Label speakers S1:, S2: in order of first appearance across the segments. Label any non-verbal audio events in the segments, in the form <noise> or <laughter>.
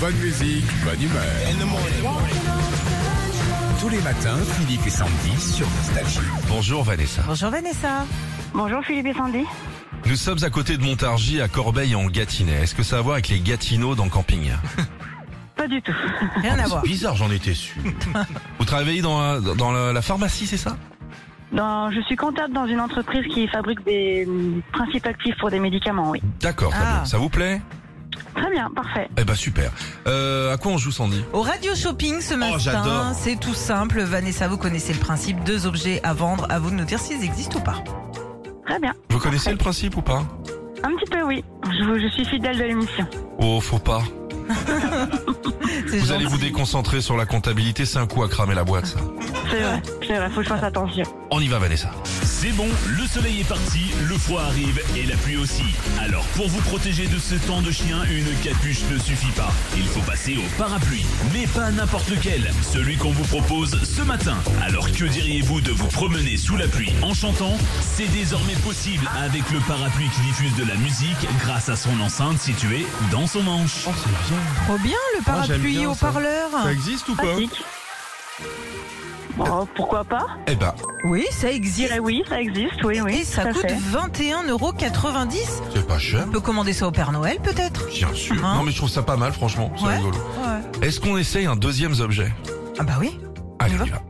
S1: Bonne musique, bonne humeur. Tous les matins, Philippe et Sandy sur Nostalgie.
S2: Bonjour Vanessa.
S3: Bonjour Vanessa.
S4: Bonjour Philippe et Sandy.
S2: Nous sommes à côté de Montargis, à Corbeil, en Gâtinais. Est-ce que ça a à voir avec les Gatineaux dans le camping
S4: Pas du tout.
S3: Rien
S2: Ah,
S3: à
S2: C'est
S3: voir.
S2: bizarre, j'en étais sûr. <laughs> Vous travaillez dans, la- dans la, la pharmacie, c'est ça
S4: Dans- je suis comptable dans une entreprise qui fabrique des hum, principes actifs pour des médicaments, oui.
S2: D'accord, très
S3: Ah.
S2: bien. Ça vous plaît
S4: Très bien, parfait.
S2: Eh ben super. Euh, à quoi on joue Sandy
S3: Au radio shopping ce matin,
S2: Oh, j'adore.
S3: c'est tout simple. Vanessa, vous connaissez le principe. Deux objets à vendre. À vous de nous dire s'ils existent ou pas.
S4: Très bien.
S2: Vous connaissez le principe ou pas
S4: Un petit peu, oui. Je, vous- je suis fidèle de l'émission.
S2: Oh, faut pas.
S3: C'est
S2: Vous allez vous
S3: gentil.
S2: déconcentrer sur la comptabilité, c'est un coup à cramer la boîte. ça.
S4: C'est vrai, c'est vrai, faut que je fasse attention.
S2: On y va Vanessa.
S5: C'est bon, le soleil est parti, le froid arrive et la pluie aussi. Alors pour vous protéger de ce temps de chien, une capuche ne suffit pas. Il faut passer au parapluie, mais pas n'importe lequel, celui qu'on vous propose ce matin. Alors que diriez-vous de vous promener sous la pluie en chantant C'est désormais possible avec le parapluie qui diffuse de la musique grâce à son enceinte située dans son manche.
S3: Trop Oh, bien le parapluie
S6: bien
S3: au
S6: ça.
S3: parleur.
S6: Ça existe ou pas
S4: Pratique. Bon, pourquoi pas
S2: Eh ben,
S3: Oui, ça
S4: Je
S3: existe.
S4: dirais oui, ça existe, oui, oui.
S3: Et ça
S4: tout à
S3: coûte
S4: fait.
S3: 21,90€.
S2: c'est pas cher.
S3: On peut commander ça au Père Noël peut-être
S2: Bien sûr.
S3: Hein
S2: Non mais je trouve ça pas mal franchement, c'est
S3: Ouais.
S2: rigolo.
S3: Ouais.
S2: Est-ce qu'on essaye un deuxième objet
S3: Ah bah oui.
S2: Allez,
S3: On y
S2: on y va.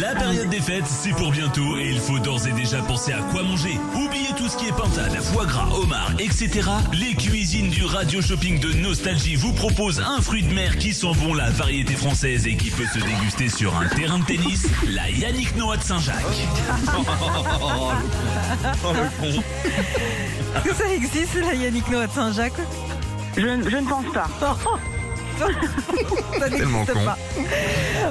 S5: La période des fêtes, c'est pour bientôt et il faut d'ores et déjà penser à quoi manger. Oubliez tout ce qui est pintade, foie gras, homard, etc. Les cuisines du radio shopping de Nostalgie vous proposent un fruit de mer qui sent bon la variété française et qui peut se déguster sur un terrain de tennis, la Yannick Noah de Saint-Jacques.
S3: Est-ce que <laughs> ça existe la Yannick Noah de Saint-Jacques
S4: Je, je ne pense pas.
S3: Ça
S2: Tellement
S3: n'existe
S2: con.
S3: pas.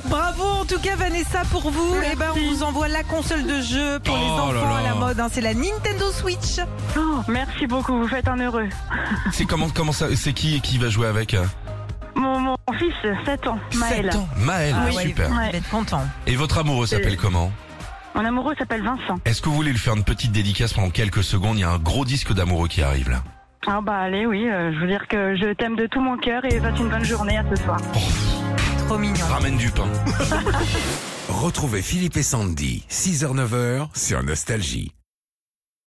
S3: Bravo en tout cas Vanessa pour vous. Et ben on vous envoie la console de jeu pour les
S2: Oh là
S3: enfants à
S2: là.
S3: la mode. hein. C'est la Nintendo Switch.
S4: Oh, merci beaucoup, vous faites un heureux.
S2: C'est comment comment ça c'est qui et qui va jouer avec euh
S4: Mon, mon fils, 7 ans, Maël.
S2: Sept ans. Maël,
S3: Ah
S2: oui,
S3: ouais,
S2: super.
S3: Il va être content.
S2: Et votre amoureux s'appelle comment
S4: Mon amoureux s'appelle Vincent.
S2: Est-ce que vous voulez lui faire une petite dédicace pendant quelques secondes Il y a un gros disque d'amoureux qui arrive là.
S4: Ah bah allez, oui, euh, je veux dire que je t'aime de tout mon cœur et passe une bonne journée à ce soir.
S3: Oh. Trop mignon.
S2: Ramène du pain.
S1: Retrouvez Philippe et Sandy, 6h-9h sur Nostalgie.